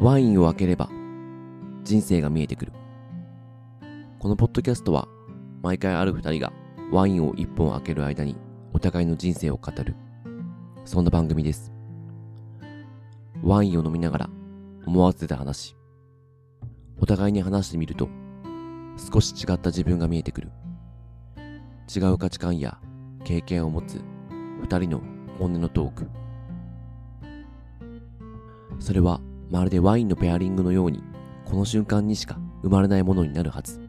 ワインを開ければ人生が見えてくるこのポッドキャストは毎回ある2人がワインを1本開ける間にお互いの人生を語るそんな番組ですワインを飲みながら思わせた話お互いに話してみると少し違った自分が見えてくる違う価値観や経験を持つ2人の本音のトークそれはまるでワインのペアリングのようにこの瞬間にしか生まれないものになるはず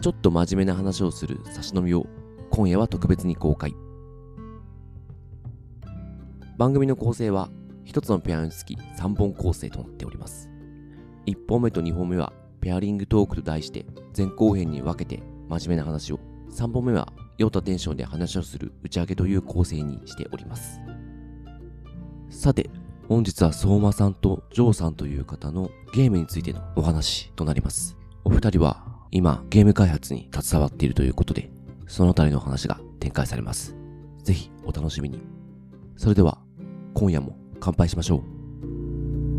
ちょっと真面目な話をする差し飲みを今夜は特別に公開番組の構成は一つのペアにつき3本構成となっております1本目と2本目はペアリングトークと題して前後編に分けて真面目な話を3本目は酔ったテンションで話をする打ち上げという構成にしておりますさて本日は相馬さんとジョーさんという方のゲームについてのお話となりますお二人は今ゲーム開発に携わっているということでそのあたりの話が展開されますぜひお楽しみにそれでは今夜も乾杯しましょう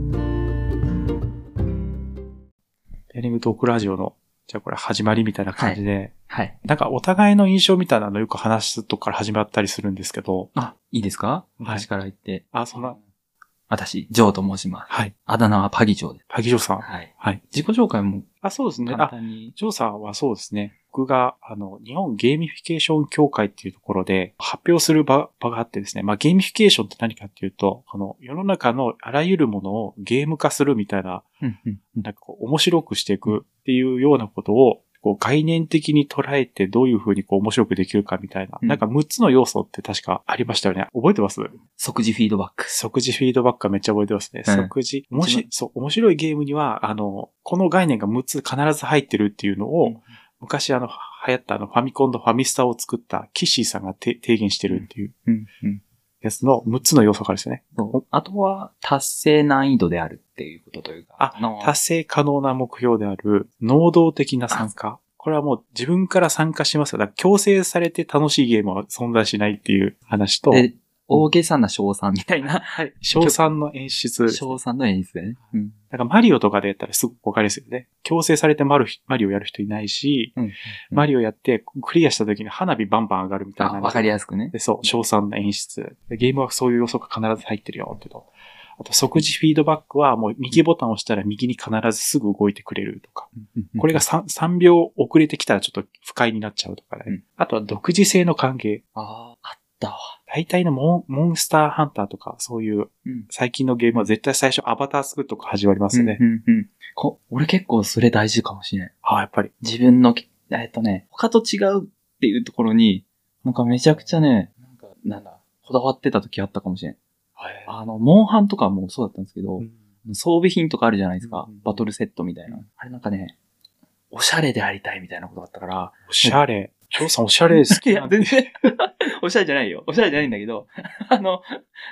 ペアリングトークラジオの、じゃあこれ始まりみたいな感じで、はい。なんかお互いの印象みたいなのよく話すとこから始まったりするんですけど、あ、いいですかはい私から言って。あ、そんな、私、ジョーと申します。はい。あだ名はパギジョーです。パギジョーさん。はい。はい。自己紹介もあ、そうですね。簡あ、単に。ジョーさんはそうですね。僕が、あの、日本ゲーミフィケーション協会っていうところで発表する場場があってですね。まあ、ゲーミフィケーションって何かっていうと、この世の中のあらゆるものをゲーム化するみたいなうんうんなんかこう、面白くしていくっていうようなことを、こう、概念的に捉えてどういうふうにこう、面白くできるかみたいな。うんなんか6つの要素って確かありましたよね。覚えてます即時フィードバック。即時フィードバックがめっちゃ覚えてますね。うん即時。も一し番、そう、面白いゲームには、あの、この概念が6つ必ず入ってるっていうのを、うん昔あの、流行ったあの、ファミコンとファミスタを作ったキッシーさんがて提言してるっていううんうんやつの6つの要素からですよね。そうあとは、達成難易度であるっていうことというか。あの達成可能な目標である、能動的な参加。これはもう自分から参加しますよ。だから強制されて楽しいゲームは存在しないっていう話と、で、大げさな賞賛みたい な、はい、賞賛の演出です。賞賛の演出でね。うんなんかマリオとかでやったらすごくわかりやすいよね。強制されてマルマリオやる人いないし、うんマリオやってクリアした時に花火バンバン上がるみたいあな。わかりやすくね。で、そう、賞賛の演出。でゲームはそういう要素が必ず入ってるよ、ってと。あと、即時フィードバックはもう右ボタンを押したら右に必ずすぐ動いてくれるとか。これが、が 3, 3秒遅れてきたらちょっと不快になっちゃうとかね。うんあとは独自性の関係。ああ、あったわ。大体のモンモンスターハンターとか、そういううん最近のゲームは絶対最初アバター作るとか始まりますよね。うんうんうんこ俺結構それ大事かもしれない。ああ、やっぱり。自分のき、えっとね、他と違うっていうところに、なんかめちゃくちゃね、なんか、なんだ、こだわってた時あったかもしれん。あの、モンハンとかもそうだったんですけど、うん装備品とかあるじゃないですか。うんうんバトルセットみたいな。あれなんかね、おしゃれでありたいみたいなことだっ たから。おしゃれ。翔さんおしゃれ好いきなや、んで全然、 おしゃれじゃないよ。おしゃれじゃないんだけど、 あの、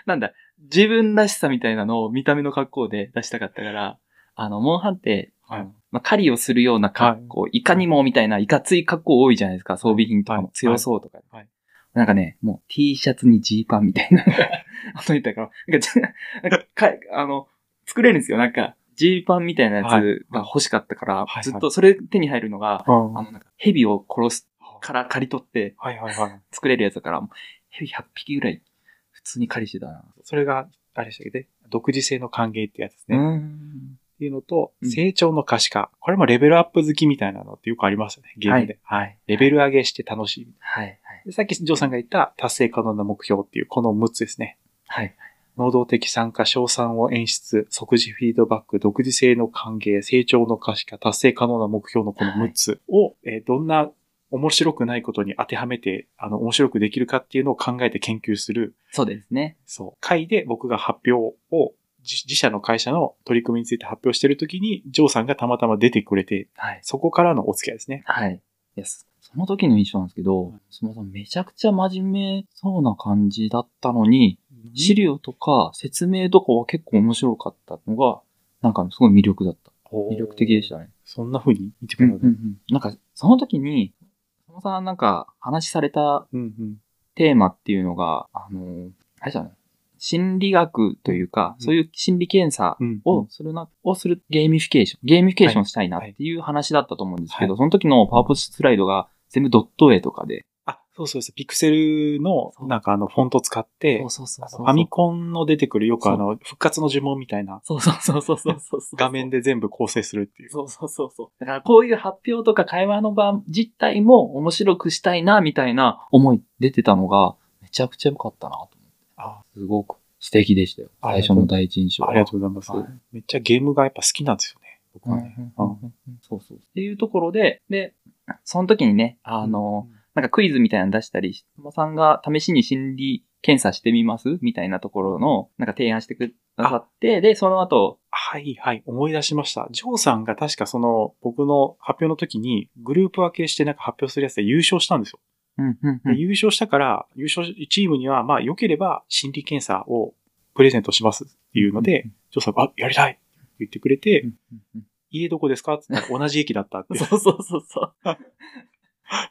なんだ、自分らしさみたいなのを見た目の格好で出したかったから、あの、モンハンって、はいまあ、狩りをするような格好、い、かにもみたいな、いかつい格好多いじゃないですか、装備品とかも。はい強そうとか、はいなんかね、もう T シャツにジーパンみたいな、 あと言ったから、なんか、ちなんかかあの、作れるんですよ、なんか、ジーパンみたいなやはいつが欲しかったから、はいずっとそれ手に入るのが、うんあはの、なんか、蛇を殺すから借り取っていはいはい。作れるやつだから、もう蛇100匹ぐらい普通に狩りしてたな。それが、あれでしたっけね。独自性の歓迎ってやつですね。うっん。ていうのと、うん成長の可視化。これもレベルアップ好きみたいなのってよくありますよね、ゲームで。はいレベル上げして楽しいみたいな。はい、はい。でさっきジョーさんが言った達成可能な目標っていうこの6つですね。はい。能動的参加、賞賛を演出、即時フィードバック、独自性の歓迎、成長の可視化、達成可能な目標のこの6つを、えーどんな面白くないことに当てはめて、あの、面白くできるかっていうのを考えて研究する、そうですね。そう、会で僕が発表を、自自社の会社の取り組みについて発表してるときに、ジョーさんがたまたま出てくれて、はい。そこからのお付き合いですね。はい。いや、そその時の印象なんですけど、そもそもめちゃくちゃ真面目そうな感じだったのに、資料とか説明とかは結構面白かったのが、なんかすごい魅力だった。魅力的でしたね。そんな風に言ってくうれんるうんのうで。んなんか、その時に、そもさんなんか話されたうんうん。テーマっていうのが、あの、あれじゃない心理学というか、うんそういう心理検査うんをするな、をするゲーミフィケーション、ゲーミフィケーションしたいなっていう話だったと思うんですけど、その時のパワーポストスライドが全部ドット絵とかで。あ、そうそうです。ピクセルの、なんかあの、フォント使って、そうそファミコンの出てくるよくあの、復活の呪文みたいなそうそうそうそうそうそうそう。画面で全部構成するっていう。そうそうそうそう。だからこういう発表とか会話の場実態も面白くしたいな、みたいな思い出てたのが、めちゃくちゃ良かったなと思って。あすごく素敵でしたよ。あ最初の第一印象は。ありがとうございます。はいめっちゃゲームがやっぱ好きなんですよね。僕はね。うんうんうんうんそうそう。っていうところで、で、その時にね、あの、なんかクイズみたいなの出したり、トモさんが試しに心理検査してみますみたいなところの、なんか提案してくださって、で、その後、はいはい、思い出しました。ジョーさんが確かその、僕の発表の時に、グループ分けしてなんか発表するやつで優勝したんですよ。うんうんうでん優勝したから、優勝チームには、まあ、良ければ心理検査をプレゼントしますっていうので、うんジョーさんが、あ、やりたいって言ってくれて、うんうんうん家どこです かって言ったら同じ駅だったって。そうそうそうそう。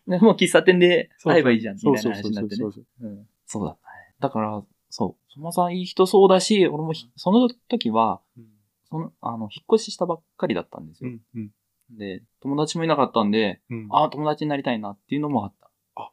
ねもう喫茶店で会えばいいじゃん、みたいな話になってねそう。そううんそうだったね。だから、そう。そもさんいい人そうだし、俺もひその時は、そうその、あの、引っ越ししたばっかりだったんですうよ。ん、うん、で、友達もいなかったんで、うん。あ、ああ、友達になりたいなっていうのもあった。引っ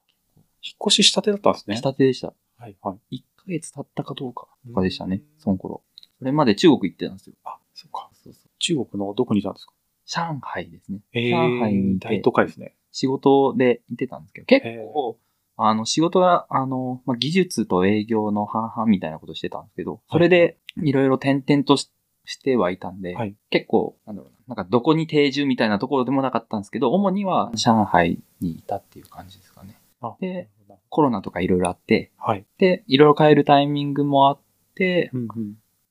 越ししたてだったんですね。下手でした。はい、はい。 1ヶ月経ったかどうかとかでしたねう、んその頃。それまで中国行ってたんですよ。あ、そうか。そうそう中国のどこにいたんですか上海ですね。え上海にー、いて大都会ですね。仕事で行ってたんですけど、結へ構、あの、仕事が、あの、まあ、技術と営業の半々みたいなことしてたんですけど、それで、いろいろ転々とししてはいたんで、はい結構、なんだろうな、なんかどこに定住みたいなところでもなかったんですけど、主には上海にいたっていう感じですかね。あで、コロナとかいろいろあって、はい。で、いろいろ変えるタイミングもあって、うん、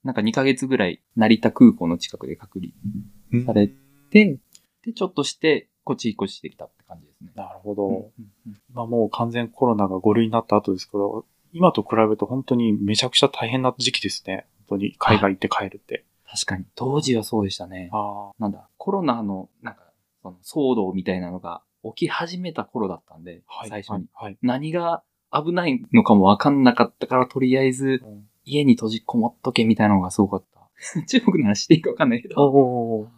なんか2ヶ月ぐらい、成田空港の近くで隔離うんされて、で、ちょっとして、こっち引っ越してきたって感じですね。なるほど。うんうん今もう完全コロナが5類になった後ですけど、今と比べると本当にめちゃくちゃ大変な時期ですね。本当に海外行って帰るって。確かに。当時はそうでしたね。ああ。なんだ、コロナの、なんか、その騒動みたいなのが起き始めた頃だったんで、はい。最初に。はい。何が危ないのかもわかんなかったから、とりあえずはい、家に閉じこもっとけみたいなのがすごかった。 中国ならしていいかわかんないけおど、お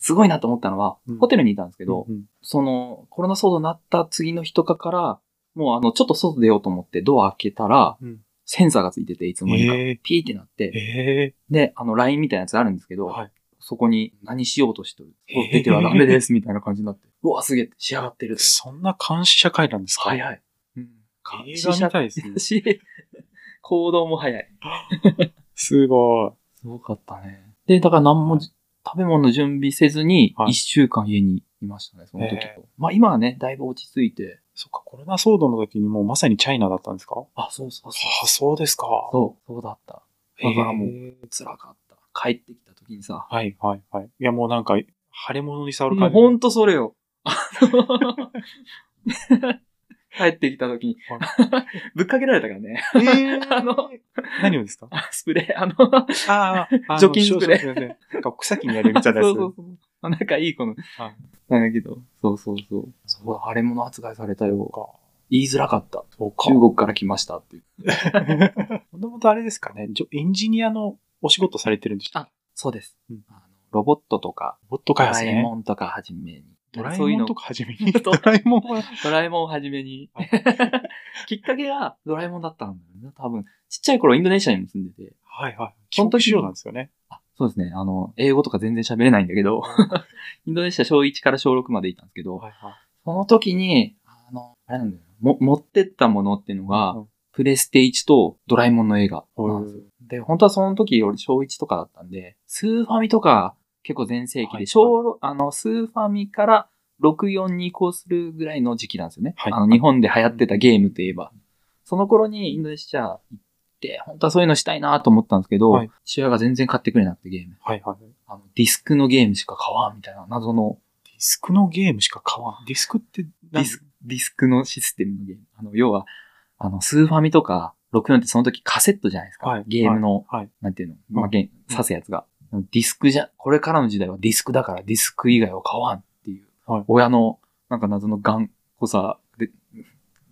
すごいなと思ったのは、うんホテルにいたんですけけど、うんその、コロナ騒動になった次の日とかから、もうあの、ちょっと外出ようと思ってドア開けたら、うんセンサーがついてて、いつうん、もにか。えピーってなってー、、えで、あの、LINE みたいなやつあるんですけど、ー、はい。そこに何しようとしてる。へー出てはダメです、みたいな感じになって。 うわ、すげえ、仕上がってる。そんな監視社会なんですか早い。うん。映画みたい ですねだ。し、行動も早い。すごすごかったね。で、だから何もじ、食べ物の準備せずに、はい一週間家にいましたね、その時と。へまあ今はね、だいぶ落ち着いてい。。そっか、コロナ騒動の時にもうまさにチャイナだったんですかあ、そうそうそう。ああ、そうですか。そう、そうだった。へーだからも辛かった。帰ってきた時にさ。はい、はい、はい。いや、もうなんか、腫れ物に触るもう感じ。ほんとそれよ。 帰ってきた時に、 ぶっかけられたからね。えー あの何をですかスプレー、 あの、あーあの、除菌スプレーそうそうそうなんか草木にやるみたいなやそつ。うそうそう。あ仲いい子の、なんだけど。そうそうそう。そう、あれもの扱いされたよ。言いづらかった。そうか。中国から来ましたっていう。もともとあれですかね、じょエンジニアのお仕事されてるんでしたあそうです。うんあのロボットとか、ロボットド開ラ発えね。もんとかはじめに。ドラえそういうものんとか初めに。そドうラえもんは。ドラえもんをはじめにあ。 きっかけがドラえもんだったんだよね。多分、ちっちゃい頃インドネシアにも住んでて。はいはい。基本本当に仕様なんですよね。あ、そうですね。あの、英語とか全然喋れないんだけど、 インドネシア小1から小6までいたんですけど、はいはい。その時に、あの、あれなんだよ。も、持ってったものっていうのが、うんプレステ1とドラえもんの映画なんですよ。で、本当はその時俺小1とかだったんで、スーファミとか結構全盛期で、はいはい小ろ、あの、スーファミから64に移行するぐらいの時期なんですよね。はいあの、日本で流行ってたゲームといえば。その頃にインドネシア行って、本当はそういうのしたいなと思ったんですけど、はい父親が全然買ってくれなくてゲーム。はいはい。あの、ディスクのゲームしか買わんみたいな謎のディスクのゲームしか買わん。ディスクってディ何スディスクのシステムのゲーム。あの、要は、あの、スーファミとか、64ってその時カセットじゃないですか。はいゲームの、はい。なんていうの、まあ、ゲー刺すやつが。ディスクじゃ、これからの時代はディスクだからディスク以外は買わんっていう、はい親の、なんか謎の頑固さで、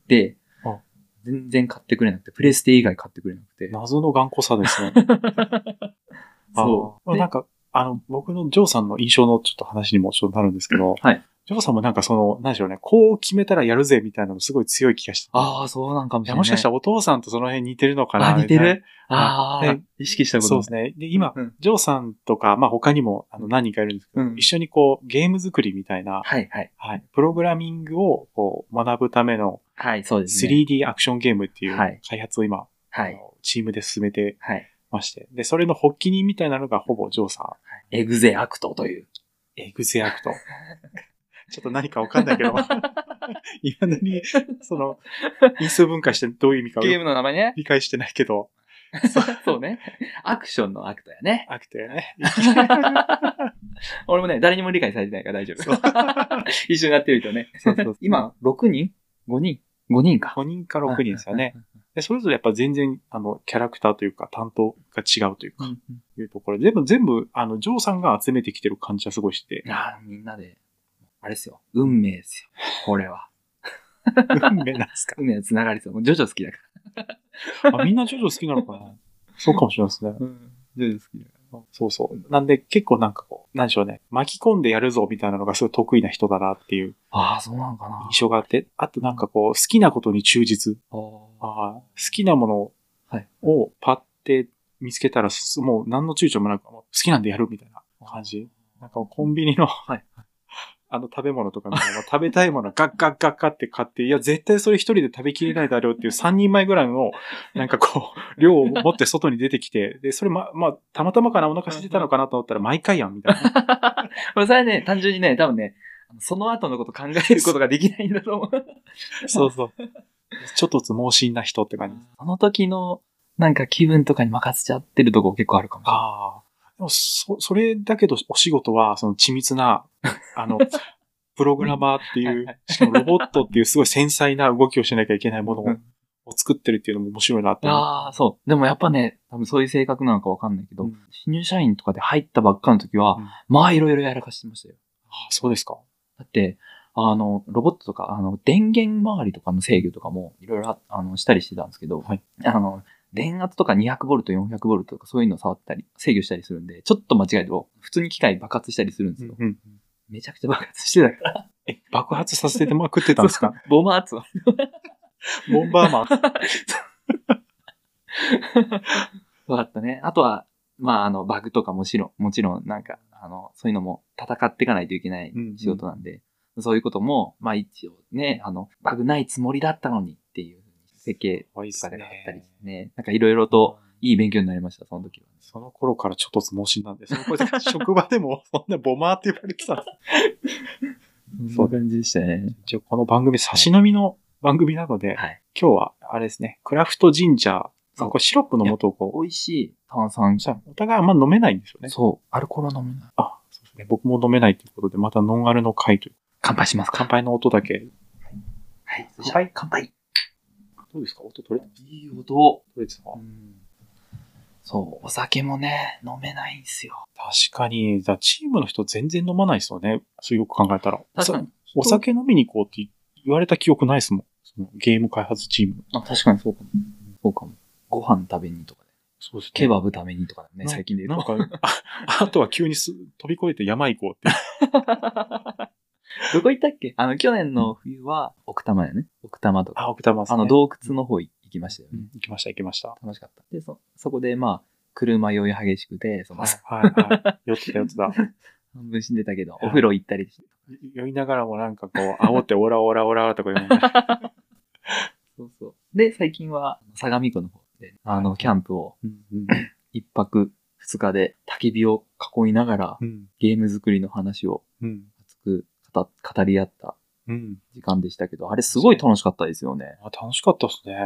であ、全然買ってくれなくて、プレステ以外買ってくれなくて。謎の頑固さです ね。そあう。のでなんか、あの、僕のジョーさんの印象のちょっと話にもちょっとなるんですけど、はい。ジョーさんもなんかその、何でしょうね、こう決めたらやるぜみたいなのすごい強い気がして。ああ、そうなんかもいしれやない。もしかしたらお父さんとその辺似てるのかなあ、似てみたいるなああ、はい意識したなことそうないですね。で、今、うんジョーさんとか、まあ他にもあの何人かいるんですけど、うん一緒にこう、ゲーム作りみたいな、はいはい。はい、プログラミングをこう学ぶためのはい、そうですね。 3D アクションゲームっていうはい開発を今、はあい。のチームで進めてはい。まして、で、それの発起人みたいなのがほぼジョーさん。エグゼアクトという。エグゼア クト。ちょっと何かわかんないけど、いまだに、その、因数分解してどういう意味かゲームの名前ね。理解してないけど、そうね。アクションのアクトやね。アクトや ね。俺もね、誰にも理解されてないから大丈そ夫う。 一緒にやってるとね。そうそうそう今、6人 ?5 人 ?5 人か。 5人か6人ですよね。で、それぞれやっぱ全然、あの、キャラクターというか、担当が違うといううか、ん。いうところで、全部、全部、あの、ジョーさんが集めてきてる感じはすごいして い、やーみんなで、あれですよ。運命ですよ。これは。運命なんですか。運命のつながりですよ。もうジョジョ好きだかあ、みんなジョジョ好きなのかなそうかもしれないですね。ら。ジョジョ好きだから。そうそう。なんで、結構なんかこう、なんでしょうね。巻き込んでやるぞみたいなのがすごい得意な人だなっていうああ、そうなのかな印。象があって、あとなんかこう、好きなことに忠実。あああ好きなもあ。はい。のをパッて見つけたら、すもう何の躊躇もなく、もう好きなんでやるみたいな感じ。なんかコンビニの、はいあの食べ物とかみたいな、食べたいものガッガッガッガッって買って、いや、絶対それ一人で食べきれないだろうっていう3人前ぐらいの、なんかこう、量を持って外に出てきて、で、それま、まあ、たまたまかな、お腹空いてたのかなと思ったら、毎回やん、みたいな。 まあ、それはね、単純にね、多分ね、あのその後のこと考えることができないんだと思う。そうそう。ちょっとずつ盲信な人って感じ。その時の、なんか気分とかに任せちゃってるとこ結構あるかもしれない。ああ。でも、そ、それだけど、お仕事は、その緻密 な、あの、プログラマーっていはいうは、しかもロボットっていうすごい繊細な動きをしなきゃいけないものをうんを作ってるっていうのも面白いなって思ああ、そう。でもやっぱね、多分そういう性格なのかわかんないけど、うん新入社員とかで入ったばっかの時は、うんまあいろいろやらかしてましたよ。あそうですか。だって、あの、ロボットとか、あの、電源周りとかの制御とかも、いろいろあ、あの、したりしてたんですけど、はいあの、電圧とか200ボルト、400ボルトとかそういうの触ったり、制御したりするんで、ちょっと間違えると、普通に機械爆発したりするんですよ。うんめちゃくちゃ爆発してたから。え、爆発させてまくってたんです かボマーツは。ボンバーマン。そうだったね。あとは、まあ、あの、バグとかもちろん、もちろん、なんか、あの、そういうのも戦っていかないといけないうん仕事なんで、そういうことも、まあ、一応ね、あの、バグないつもりだったのにっていう、設計多いっとすかでねあったりしてね、なんかいろいろと、いい勉強になりました、その時は。その頃からちょっとずつ盲信なん で、その頃職場でもそんなボマーって言われてたんです そういう感じでしたね。一応この番組、差し飲みの番組なので、はい。今日はあれですね、クラフトジンジャー、そうあこれシロップの元をこう、美味しい炭酸じゃあ、お互いあんま飲めないんですよね。そう。アルコールは飲めない。あ、そうですね。僕も飲めないということで、またノンアルの会という。乾杯します乾か。杯の音だけ。はい。乾杯乾杯。どうですか音取れ、いい音。取れてたそう。お酒もね、飲めないんですよ。確かに、だチームの人全然飲まないですよね。そうよく考えたら。確かに。そうお酒飲みに行こうって言われた記憶ないですもん。そのゲーム開発チームの。あ、確かにそうかも。そうかも。ご飯食べにとかで。そうですケバブ食べにとかだね、な最近で言なうんと。か、 ああとは急にす飛び越えて山行こうって。どこ行ったっけあの、去年の冬は、奥多摩やね。奥多摩とか。あ、奥多摩ですあねの、洞窟の方行きましたようね。ん行きました、行きました。楽しかった。で、そ、そこで、まあ、車酔い激しくて、その、はい、はい、はい。酔ってた、酔ってた。半分死んでたけど、いお風呂行ったりして。酔いながらもなんかこう、 煽ってオラオラオラとか言わない。そうそう。で、最近は、相模湖の方で、あの、キャンプを うんうん一泊二日で焚き火を囲いながら、うんゲーム作りの話をうん熱く語語り合ったうん。時間でしたけど、あれすごい楽しかったですよね。あ楽しかったですね。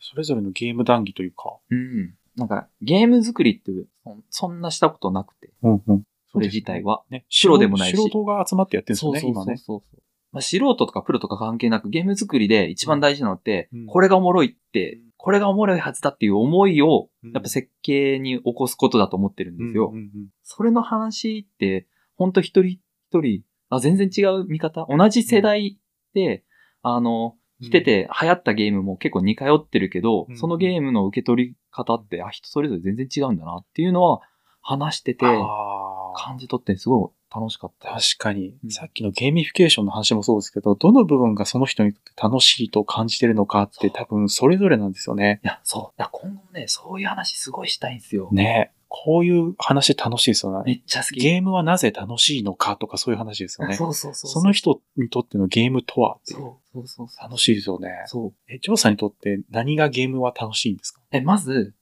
それぞれのゲーム談義というか。うん。なんか、ゲーム作りってそん、そんなしたことなくて、うんうん。それ自体は。ね。プロでもないし素人が集まってやってるんですそようね、そう今そうそうね。そう。まあ、素人とかプロとか関係なく、ゲーム作りで一番大事なのって、うんこれがおもろいって、うんこれがおもろいはずだっていう思いを、うんやっぱ設計に起こすことだと思ってるんですよ。うんうんうんそれの話って、ほんと一人一人、あ、全然違う見方、同じ世代で、あの、来てて流行ったゲームも結構似通ってるけど、うんそのゲームの受け取り方って、あ、人それぞれ全然違うんだなっていうのは話してて、あー感じ取ってすごい楽しかったよ確かにう、んさっきのゲーミフィケーションの話もそうですけど、どの部分がその人にとって楽しいと感じてるのかって多分それぞれなんですよね。いや、そう。いや、今後もね、そういう話すごいしたいんですよ。ねこういう話楽しいですよめね。っちゃ好き。ゲームはなぜ楽しいのかとかそういう話ですよね。そうそうそう。その人にとってのゲームとはっていうそうそうそうそう。楽しいですよね。そう。え、ジョーさんにとって何がゲームは楽しいんですかえ、まず、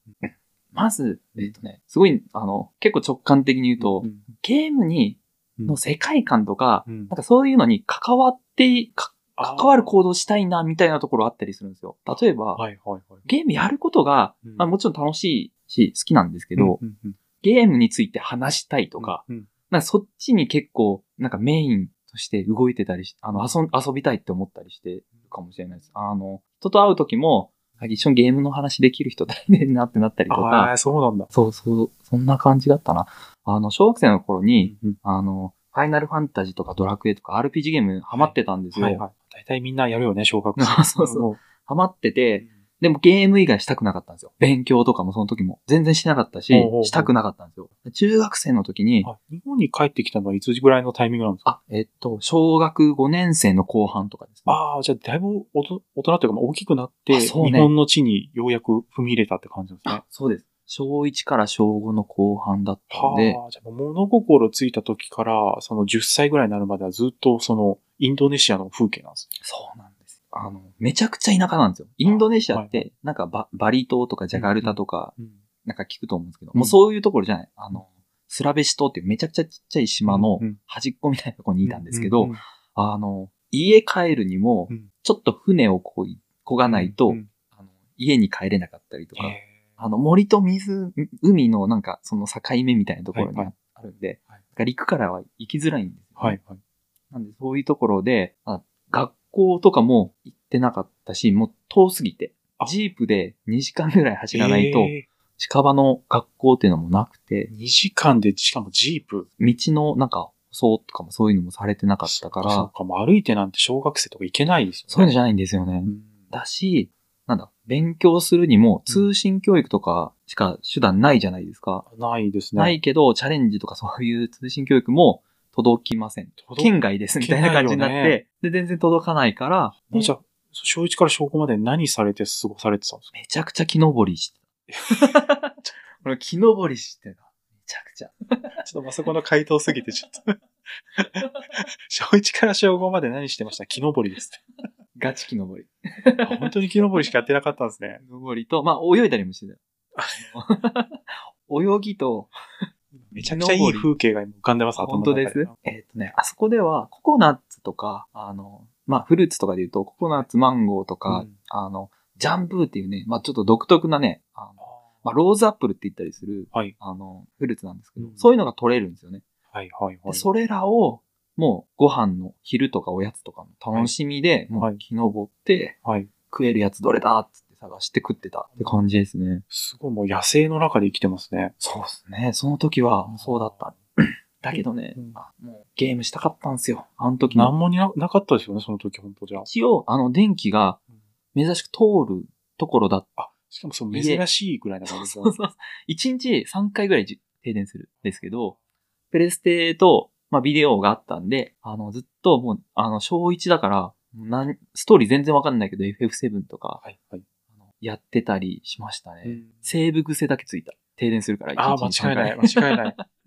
まず、えっとね、すごい、あの、結構直感的に言うと、うんゲームに、うんの世界観とか、うんなんかそういうのに関わって、かあー関わる行動したいな、みたいなところあったりするんですよ。例えば、はいはいはい。ゲームやることが、うんまあもちろん楽しいし、好きなんですけど、うんうんうんゲームについて話したいとか、うんなんかそっちに結構、なんかメインとして動いてたりし、あの、遊ん遊びたいって思ったりしてるかもしれないです。あの、人と会う時も、あ一緒にゲームの話できる人だねんなってなったりとあか、あ、そうなんだ。そうそう、そんな感じだったな。あの、小学生の頃に、うんあの、ファイナルファンタジーとかドラクエとか RPG ゲームハマってたんですよ。はいはい。大体みんなやるよね、小学生。あ そうそうもハマってうて、でもゲーム以外したくなかったんですよ。勉強とかもその時も全然しなかったしおうおうお、うしたくなかったんですよ。中学生の時に、あ日本に帰ってきたのはいつぐらいのタイミングなんですかあ、えっと、小学5年生の後半とかですね。ああ、じゃあだいぶおと大人というかまあ大きくなって、あ日そうね本の地にようやく踏み入れたって感じですね。そうです。小1から小5の後半だったはので、あ、じゃあ物心ついた時から、その10歳ぐらいになるまではずっとそのインドネシアの風景なんですね。そうなんです。あの、めちゃくちゃ田舎なんですよ。インドネシアっはて、なんかババリ島とかジャカルタとか、うんなんか聞くと思うんですけど、うんもうそういうところじゃない。あの、スラベシ島っていうめちゃくちゃちっちゃい島のうん端っこみたいなとこにいたんですけうどん、あの、家帰るにもうん、ちょっと船をこい、こがないと、うんあの家に帰れなかったりとか、へーあの、森と水、海のなんか、その境目みたいなところにはいはああるんで、はいなんか陸からは行きづらいんです、は。い、はい。なんで、そういうところで、あ学校とかも行ってなかったし、もう遠すぎてあ、ジープで2時間ぐらい走らないと、え近場の学校っていうのもなくてー、2時間で、しかもジープ。道のなんか、舗装とかもそういうのもされてなかったから、そうか、もう歩いてなんて小学生とか行けないですよね。そういうのじゃないんですよね。だし、なんだ、勉強するにも通信教育とかしか手段ないじゃないですか。うんないですね。ないけど、チャレンジとかそういう 通信教育も届きません。届県外ですみたいな感じになって、県外よで、全然届かないから、もうじゃあ、小1から小5まで何されて過ごされてたんですかめちゃくちゃ木登り してた。俺、木登りしてた。めちゃくちゃ。ちょっとまそこの回答すぎてちょっと。 小1から小5まで何してました木登りですガチ木登り。ね。あ本当に木登りしかやってなかったんです ね。木登りと、まあ、泳いだりもしてたよ。あの 泳ぎと、めちゃくちゃいい風景が今浮かんでます、頭の本中当ですあ。えっ、とね、あそこではココナッツとか、あの、まあ、フルーツとかで言うと、ココナッツ、マンゴーとか、うんあの、ジャンブーっていうね、まあ、ちょっと独特なね、あのまあ、ローズアップルって言ったりする、はいあの、フルーツなんですけど、うんそういうのが取れるんですよね。はいはいはでい。それらを、もうご飯の昼とかおやつとかの楽しみで、もはうい木登って、はい。食えるやつどれだっつって探して食ってたって感じですね。すごいもう野生の中で生きてますね。そうですね。その時はそう だった。だけどね、うんあもうゲームしたかったんですよ。あの時の何もにななかったですよね、その時本当じゃあ。一応、あの、電気が珍しく通るところだっあ、しかもその家珍しいぐらいなた。感じそうそう。一日3回ぐらいじ停電するんですけど、プレステと、まあ、ビデオがあったんで、あの、ずっともう、あの、小1だから、なんストーリー全然わかんないけど、FF7 とか、はいはい。あのやってたりしましたね。うんセーブ癖だけついた。停電するから、ああ、一日間違三い回ない、間違いない。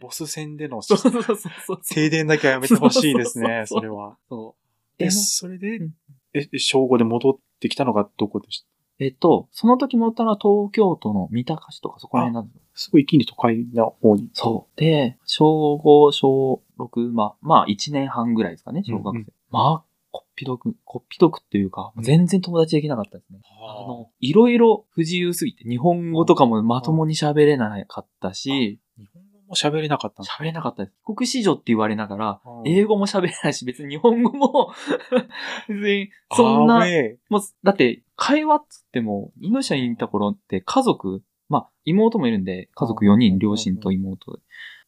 ボス戦での そうそうそうそうそう。停電だけはやめてほしいですね、そそうそうそうれは。そうでえ、もそれでうん、え、え正午で戻ってきたのがどこでしたえっと、その時もったら東京都の三鷹市とかそこら辺なんですよすごい一気に都会の方に。そう。で、小5、小6、まあ、まあ、1年半ぐらいですかね、小学生。うんうんまあ、こっぴどく、こっぴどくっていうか、全然友達できなかったですね。ああの、いろいろ不自由すぎて、日本語とかもまともに喋れなかったし、日本語も喋れなかったんだ喋れなかったです。帰国子女って言われながら、うん英語も喋れないし、別に日本語も、 別に、そんあーな、ねもう、だって、会話っつっても、インドネシアにいた頃って家族、まあ、妹もいるんで、家族4うんうんう人、ん両親と妹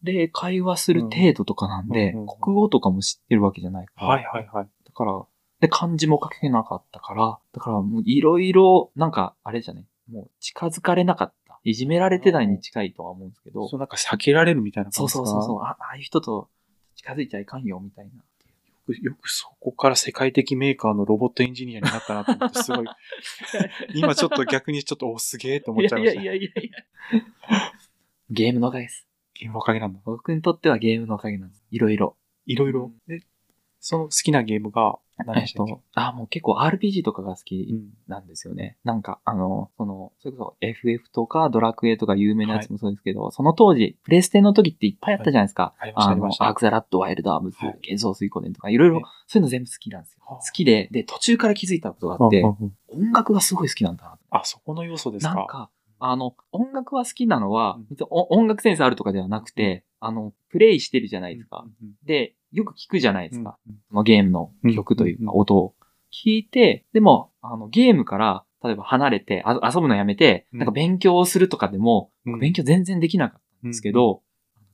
で。で、会話する程度とかなんで、うんうんうん国語とかも知ってるわけじゃないから。はいはいはい。だから、で、漢字も書けなかったから、だからもういろいろ、なんか、あれじゃね、もう近づかれなかった。いじめられてたに近いとは思うんですけど、そう、なんか避けられるみたいなそ感じでうすそかうそうそう、あああいう人と近づいちゃいかんよ、みたいな。よくよくそこから世界的メーカーのロボットエンジニアになったなと思って、すご い。今ちょっと逆にちょっと、お、すげえと思っちゃいました。やいやいや。ゲームのおかげです。ゲームのおかげなんだ。僕にとってはゲームのおかげなんです。いろいろ。いろいろ。で、その好きなゲームが、何えでっしたっけと、あ、もう結構 RPG とかが好うきんなんですよね。なんか、あの、その、それこそ FF とかドラクエとか有名なやつもそうですけど、その当時、プレステの時っていっぱいあったじゃないですか。はいありましたありのまし、たアークザラッド、ワイルドアームズはい、幻想水湖伝とか、いろいろね、そういうの全部好きなんですよ。はあ好きで、で、途中から気づいたことがあってうん、うんうん音楽がすごい好きなんだなとあ、そこの要素ですなんか。か、あの、音楽は好きなのはうん、別にお音楽センスあるとかではなくて、あの、プレイしてるじゃないですかう。んうんで、よく聞くじゃないですか。うんそのゲームの曲というか、音を聞いて、でも、あの、ゲームから、例えば離れて、あ遊ぶのやめて、うんなんか勉強をするとかでも、うん勉強全然できなかったんですけど、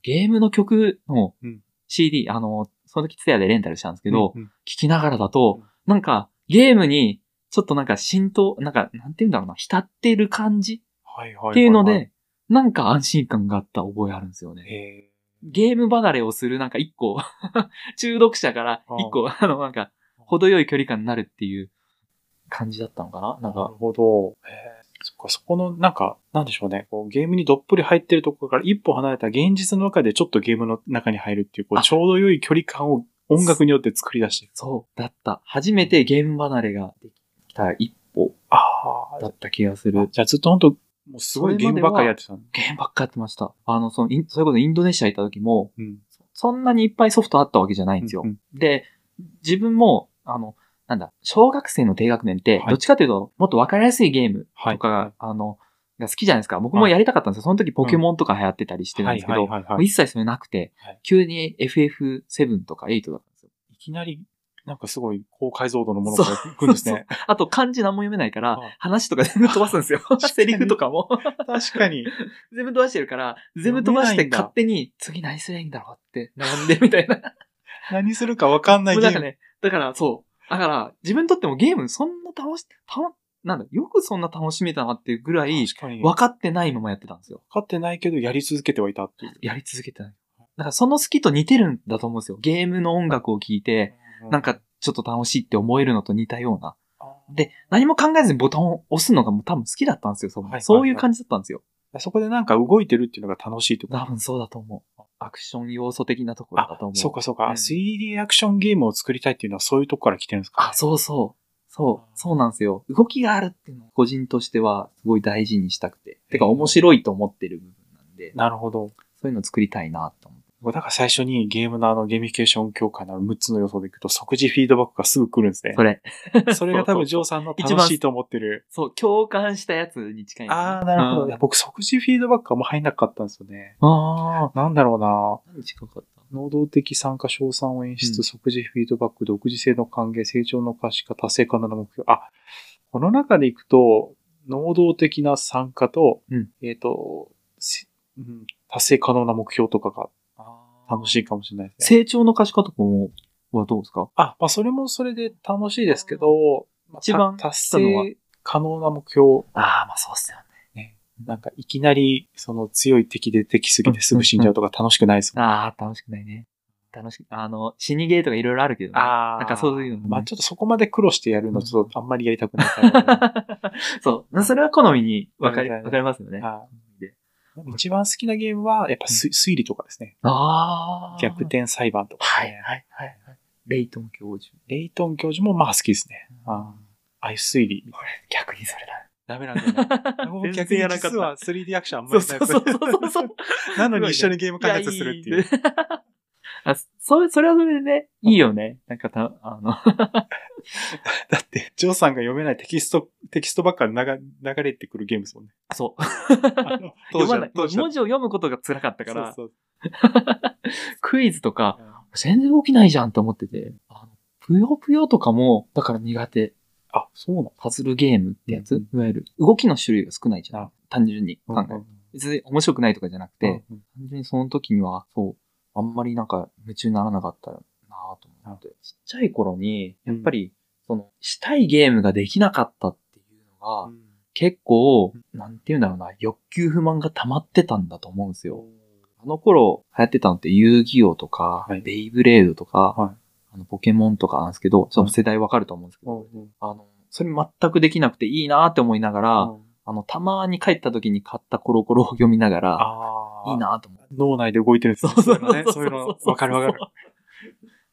ゲームの曲のうん CD、あの、その時ツヤでレンタルしたんですけど、うんうん聞きながらだとうん、なんか、ゲームに、ちょっとなんか浸透、なんか、なんて言うんだろうな、浸ってる感じはいはははっていうの、で、なんか安心感があった覚えあるんですよね。えゲーム離れをするなんか一個、 中毒者から一個、あのなんか、程よい距離感になるっていう感じだったのかななんなるか、ほど。へえそっか、そこの、なんか、なんでしょうね。こうゲームにどっぷり入ってるところから一歩離れた現実の中でちょっとゲームの中に入るっていう、こうあちょうど良い距離感を音楽によって作り出してる。そう、だった。初めてゲーム離れができた一歩あだった気がすある。。じゃあずっと本当もうすごいゲームばっかりやってたの。ゲームばっかやってました。あの、その、インそれこそインドネシア行った時も、うん。そんなにいっぱいソフトあったわけじゃないんですよう。んで、自分も、あの、なんだ、小学生の低学年っては、いどっちかというと、もっとわかりやすいゲームはいとかが、あの、が好きじゃないですか。僕もやりたかったんですよ。その時ポケモンとか流行ってたりしてたんですけど、はいはいはいもはうい。一切それなくてはい、急に FF7 とか8だったんですよ。いきなり、なんかすごい高解像度のものが来るんです ね。あと漢字何も読めないからはい、話とか全部飛ばすん ですよ。セリフとかも。確かに。全部飛ばしてるから、全部飛ばし読めないてんだ勝手に、次何すりゃいいんだろうって、なんでみたいな。何するかわかんないもうゲなーんかム。ね、だからそう。だから、自分にとってもゲームそんな楽し、楽なんだ、よくそんな楽しめたなっていうぐらい、確かに。分わかってないままやってたんですよ。かってないけど、やり続けてはいたっていう。やり続けてない。だからその好きと似てるんだと思うんですよ。ゲームの音楽を聴いて、なんかちょっと楽しいって思えるのと似たような。あー、で、何も考えずにボタンを押すのがもう多分好きだったんですよ。そ,、はいはいはいういう感じだったんですよ。そこでなんか動いてるっていうのが楽しいってこと多分そうだと思う。アクション要素的なところだと思う。そうかそうか、うん 3D アクションゲームを作りたいっていうのはそういうとこから来てるんですか、あ、そうそう。そう、そうなんですよ。動きがあるっていうのを個人としてはすごい大事にしたくて。てか面白いと思ってる部分なんで、なるほど。そういうの作りたいなと思って。だから最初にゲームのあのゲーミフィケーション協会のあの6つの要素でいくと即時フィードバックがすぐ来るんですねそ。れ。 それが多分ジョーさんの一楽番しいと思ってる。そう、共感したやつに近いんですね、ああ、なるほど。うんいや僕即時フィードバックがあんま入んなかったんですよね。ああ。なんだろうな何近かった能動的参加、賞賛を演出、うん即時フィードバック、独自性の歓迎、成長の可視化、達成可能な目標。あ、この中でいくと、能動的な参加と、うんえっ、と、せうん達成可能な目標とかが楽しいかもしれないですね。成長の可視化とかも、はどうですかあ、まあ、それもそれで楽しいですけど、まあ一番た達来たのは成可能な目標、ああ、まあそうっすよね。なんかいきなり、その強い敵で敵すぎてすぐ死んじゃうとか楽しくないですもん。ああ、楽しくないね。楽しく、あの、死にゲーとかいろいろあるけど、ね、あーなんかそういうのねまあちょっとそこまで苦労してやるのちょっとあんまりやりたくないからねそう。それは好みに分かり、わかる分かりますよね。はでい一番好きなゲームは、やっぱす、推理とかですね。ああ。逆。転裁判とか、はいねはいはいはい。レイトン教授。レイトン教授もまあ好きですね。ああああいう推理。逆にそれだ。ダメなんだよ、ね。僕 も逆に実は 3D アクションあんまそうりそなうくそてうそう そう。なのに一緒にゲーム開発するっていう。や。いいあ、そ、それはそれでね、いいよね。なんかた、あの、だって、ジョーさんが読めないテキスト、テキストばっかり流流れてくるゲームですもんね。そう。あの 読まない。当文時字はを読むことが辛かったから、そうクイズとかそ、う全然動きないじゃんと思ってて、あの、ぷよぷよとかも、だから苦手。あ、そうなのパズルゲームってやつ、うんいわゆる。動きの種類が少ないじゃあん。単純に考えると。別に面白くないとかじゃなくて、うんうん単純にその時には、そう、あんまりなんか夢中にならなかったなぁと思って。ちっちゃい頃に、やっぱり、その、したいゲームができなかったっていうのが、結構、なんていうんだろうな、欲求不満が溜まってたんだと思うんですよ。あの頃流行ってたのって遊戯王とか、はいベイブレードとか、はあのポケモンとかなんですけど、ちょっと世代わかると思うんですけど、あの、それ全くできなくていいなーって思いながら、あの、たまに帰った時に買ったコロコロを読みながら、ああ。いい。なーと思って。脳内で動いてるんですねそういうのね。そういうの、わかるわかる。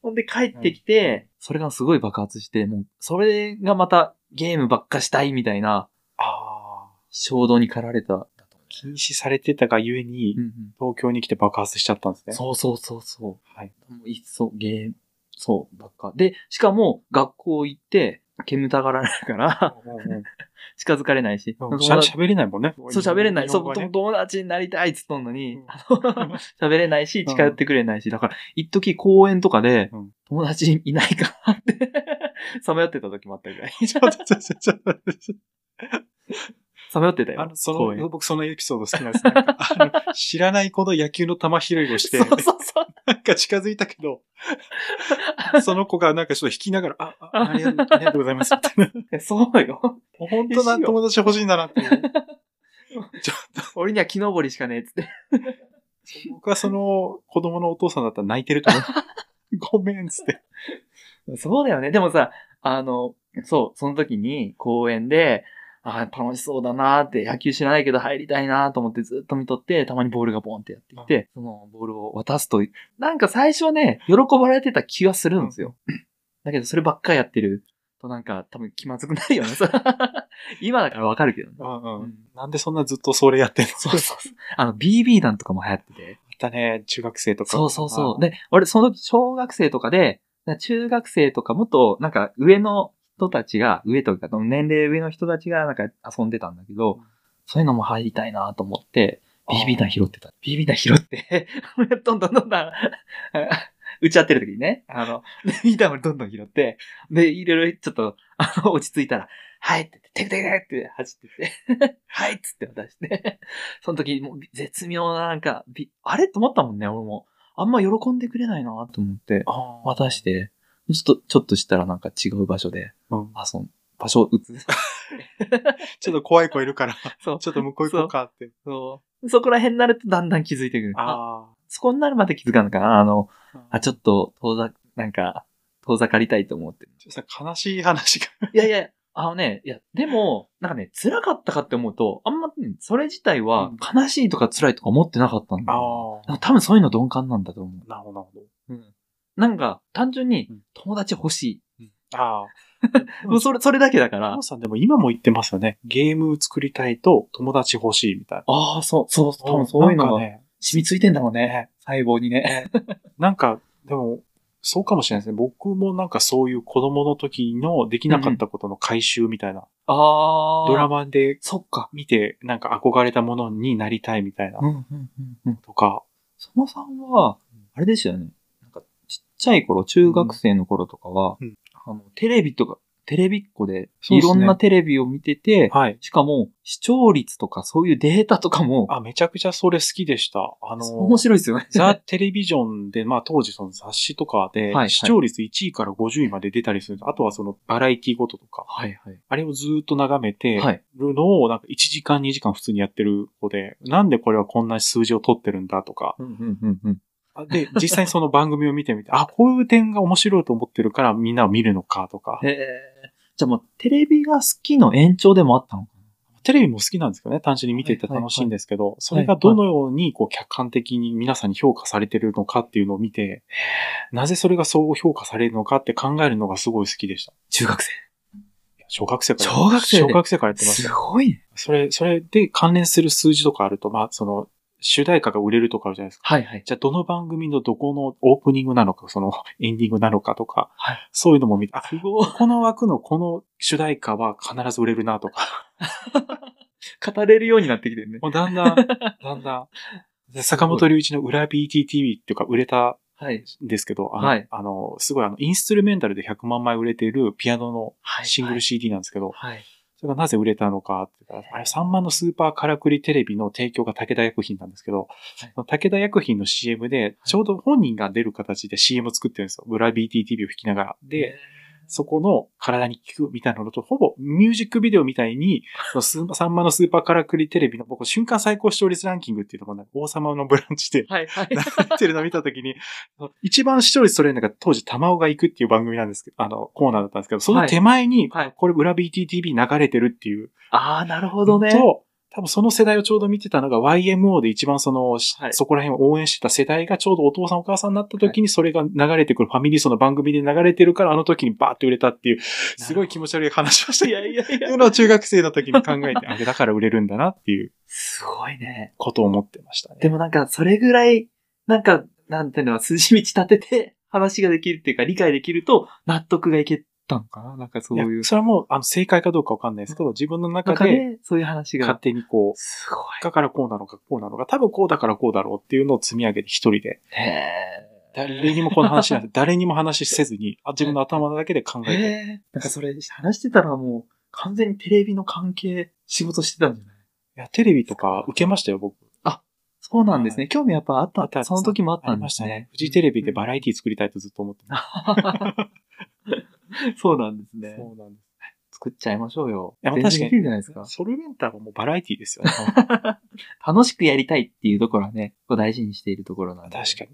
ほんで帰ってきて、それがすごい爆発して、もう、それがまたゲームばっかしたいみたいなああ。衝動に駆られた。禁止されてたがゆえにうん、うん東京に来て爆発しちゃったんですね。そうそうそうそう。はい。もういっそ、ゲーム、そう、ばっか。で、しかも、学校行って、煙たがられるから、 近づかれないし。しゃ喋れないもんね。そう、喋れない。日そ本語う、はね友達になりたいっつっとんのにうん、あの 喋れないし、近寄ってくれないし。だから、一時公園とかでうん、友達いないかなって、 さまよってた時もあったぐらい。 ちょっとちょっとちょっとちょっさまよってたとあよの、。そ公園の、僕そのエピソード好きなんですなんかあの知らない子の野球の球拾いをして、そうそうそう。なんか近づいたけど、その子がなんかちょっと引きながら、あ、あありがとうありがとうございます。 みたいな えそう よ。本当な友達欲しいんだなって いう。ちょっ俺には木登りしかねえっつって。と、僕はその子供のお父さんだったら泣いてる と思う。ごめんっつって。そうだよね。でもさ、あの、そう、その時に公園で、ああ、楽しそうだなーって、野球知らないけど入りたいなーと思ってずっと見とって、たまにボールがボンってやってきて、そのボールを渡すと、なんか最初はね、喜ばれてた気はするんですよ。だけどそればっかやってるとなんか多分気まずくなるよね。それ 今だからわかるけどね。うんううんんなんでそんなずっとそれやってんのそうそうそう。あの、BB 弾とかも流行ってて。あったね、中学生とか。そうそうそう。ね。で、俺、その時、小学生とかで、中学生とか、もっと、なんか、上の人たちが、上というか、年齢上の人たちが、なんか、遊んでたんだけど、そういうのも入りたいなと思って、あー BB 弾拾ってた。BB 弾拾って、 どんどんどんどん、打ち合ってる時にね、あ の、BB 弾をどんどん拾って、で、いろいろちょっと、あの、落ち着いたら、はいって、テクテクテクって走ってって、 はいっつって渡して、 その時、もう絶妙ななんか、びあれと思ったもんね、俺も。あんま喜んでくれないなと思って、あー渡して、ちょっと、ちょっとしたらなんか違う場所で、うんあ、その、場所を打つ。 ちょっと怖い子いるから、そう。ちょっと向こう行こうかって。そう。そこら辺になるとだんだん気づいてくる。ああそこになるまで気づかんのかなあの、あ。あ、ちょっと遠ざ、なんか、遠ざかりたいと思って。ちょっとさ、悲しい話が。いやいや、あのね、いや、でも、なんかね、辛かったかって思うと、あんま、うんそれ自体は悲しいとか辛いとか思ってなかったんだよ。あなんか多分そういうの鈍感なんだと思あ。なるほど、なるほう。うん。なんか、単純にうん友達欲しど。ああ。い。 もうそれ、それだけだからお。さんでも今も言ってますよね。ゲーム作りたいと友達欲しいみたいな。ああ、そう、そう、多分そういうなのんがかね。染みついてんだろうね。細胞にね。なんか、でも、そうかもしれないですね。僕もなんかそういう子供の時のできなかったことの回収みたいな。あドラ。マでそっか。見て、なんか憧れたものになりたいみたいな。うん、うん、うん。とか。そもさんは、あれですよね。なんか、ちっちゃい頃、中学生の頃とかは、うんあの、テレビとか、テレビっ子で、そういっすねろんなテレビを見てて、はい。しかも、視聴率とかそういうデータとかも、あ、めちゃくちゃそれ好きでした。あのー、面白いです よね。ザ・テレビジョンで、まあ当時その雑誌とかいでは、い視聴率1位から50位まで出たりする。あとはそのバラエティごととか、はいはい。あれをずーっと眺めてはいるのを、なんか1時間2時間普通にやってる子で、なんでこれはこんな数字を取ってるんだとか。うん、うん、うん、うん。あで、実際にその番組を見てみて、あ、こういう点が面白いと思ってるからみんなを見るのかとか。へえ。じゃあもう、テレビが好きの延長でもあったのかテレビも好きなんですけどね、単純に見ていて楽しいんですけど、それがどのようにこう客観的に皆さんに評価されてるのかっていうのを見て、なぜそれがそう評価されるのかって考えるのがすごい好きでした。中学生。いや小学生から。小学生で小学生からやってましすた。ごいね。それ、それで関連する数字とかあると、まあ、その、主題歌が売れるとかあるじゃないですか。はいはい。じゃあ、どの番組のどこのオープニングなのか、その、エンディングなのかとか、はいそういうのも見て、あ、すごい。 この枠のこの主題歌は必ず売れるなとか、語れるようになってきてるね。もうだん だん、だんだん。で坂本隆一の裏 BTTV っていうか売れたはい。んですけど、あの、はいあのすごいあの、インストゥルメンタルで100万枚売れているピアノのはいシングル CD なんですけど、はい。それがなぜ売れたのかって言ったら、あれ3万のスーパーからくりテレビの提供が武田薬品なんですけど、いその武田薬品の CM で、ちょうど本人が出る形で CM 作ってるんですよ。裏 BTTV を弾きながら。で、、そこの体に効くみたいなのと、ほぼミュージックビデオみたい に、そのスーパー、さんまのスーパーカラクリテレビの僕瞬間最高視聴率ランキングっていうのがなんか王様のブランチで はいはい。やってるの見たときに、一番視聴率取れるのが当時、玉尾が行くっていう番組なんですけど、あの、コーナーだったんですけど、その手前に、はいはいこれ裏 BTTV 流れてるっていう。 ああ、なるほどね。と、多分その世代をちょうど見てたのが YMO で一番その、しはいそこら辺を応援してた世代がちょうどお父さんお母さんになった時にそれが流れてくる、ファミリー層の番組で流れてるからあの時にバーって売れたっていう、すごい気持ち悪い話をした。いやいや いっていや。うのを中学生の時に考えて、あれだから売れるんだなっていうすごいね。ことを思ってましたね。でもなんか、それぐらい、なんか、なんていうのは、筋道立てて話ができるっていうか、理解できると、納得がいけたんかななんかそういいうや。それはもう、あの、正解かどうかわかんないですけど、自分の中中でで、そういう話勝が。手にこう、すごい。だからこうなのか、こうなのか、多分こうだからこうだろうっていうのを積み上げて一人で、へえ。誰にもこの話 なんて、誰にも話せずに、あ自分の頭だけで考えてへえ。なんかそれ、話してたらもう、完全にテレビの関係、仕事してたんじゃないいや、テレビとか受けましたよ、僕。そうなんですね。興味やっぱあっ。あったたその時もあっあたりんでましすたね。ね。フジテレビでバラエティ作りたいとずっと思ってまし そうなんですた。ね。うなんで作っちゃいましょうよ。いやまあ全然できるじゃないですか。ソルメンタルもバラエティ ですよね。楽しくやりたいっていうところはね、こう大事にしているところなんで。確かに。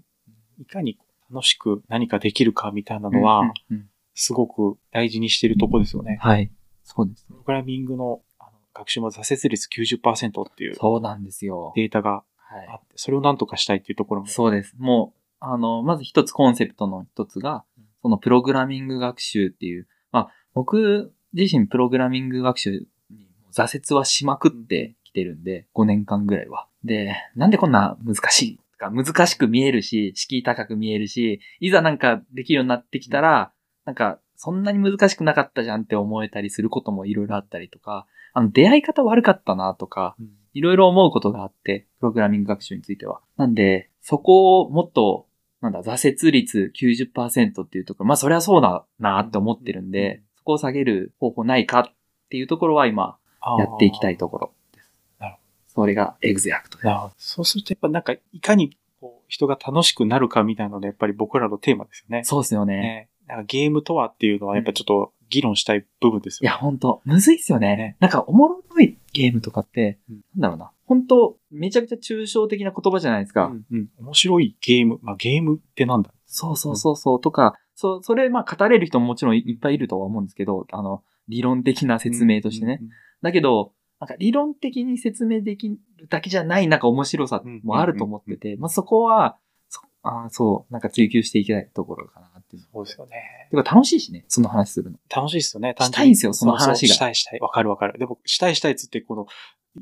いかに楽しく何かできるかみたいなのうんは、うんうんすごく大事にしてるとこですよね。はい。そうです。プログラミングのあの学習も挫折率90%っていうそうなんですよ。データがはいあって、それを何とかしたいっていうところも。そうです。もう、あの、まず一つコンセプトの一つが、そのプログラミング学習っていう、まあ、僕自身プログラミング学習に挫折はしまくってきてるんで、5年間ぐらいは。で、なんでこんな難しいか、難しく見えるし、敷居高く見えるし、いざなんかできるようになってきたら、なんか、そんなに難しくなかったじゃんって思えたりすることもいろいろあったりとか、あの、出会い方悪かったなとか、うんいろいろ思うことがあって、プログラミング学習については。なんで、そこをもっと、なんだ、挫折率90%っていうところ、まあそりゃそうだなって思ってるんで、そこを下げる方法ないかっていうところは今、やっていきたいところです。なるほそれがエグゼアクトです。なるほどそうするとやっぱなんかいかにこう人が楽しくなるかみたいなのがやっぱり僕らのテーマですよね。そうですよね。ね、なんかゲームとはっていうのはやっぱちょっと議論したい部分ですいよや、ね。ほんと、むずいっすよね。ねなんか、おもろいゲームとかって、うんなんだろうな。ほんと、めちゃくちゃ抽象的な言葉じゃないですか。うんうん、面白いゲーム。まあゲームってなんだそうそうそうそう、とか、そ、それ、まあ、語れる人ももちろんいっぱいいるとは思うんですけど、あの、理論的な説明としてね。。うんうんだけど、なんか理論的に説明できるだけじゃない、なんか面白さもあると思ってて、まあ、そこは、そあーそう、なんか追求していきたいところかなっていう。そうですよね。てか、楽しいしね、その話するの。楽しいですよね。単純にしたいんですよそのうう話がしたいしたい。わかるわかる。でも、したいしたいっつって、この、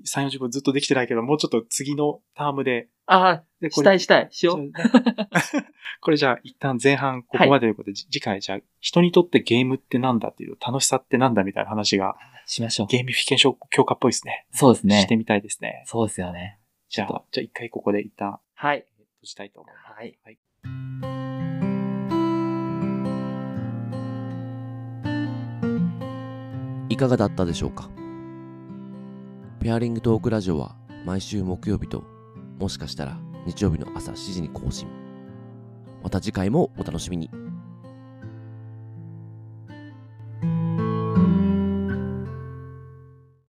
3、40分ずっとできてないけど、もうちょっと次のタームで、ああ、でしこたれいしたい、しよ。そうう これじゃあ、一旦前半ここまでということで、じ次回じゃあ、人にとってゲームってなんだっていう、楽しさってなんだみたいな話が、しましょう。ゲーミフィケーション強化っぽいですね。そうですしねて。みたいですね。そうですよね。じゃちょあ、じゃあ一回ここで一旦はい。閉じたいと思います。はい。いかがだったでしょうかペアリングトークラジオは毎週木曜日ともしかしたら日曜日の朝7時に更新また次回もお楽しみに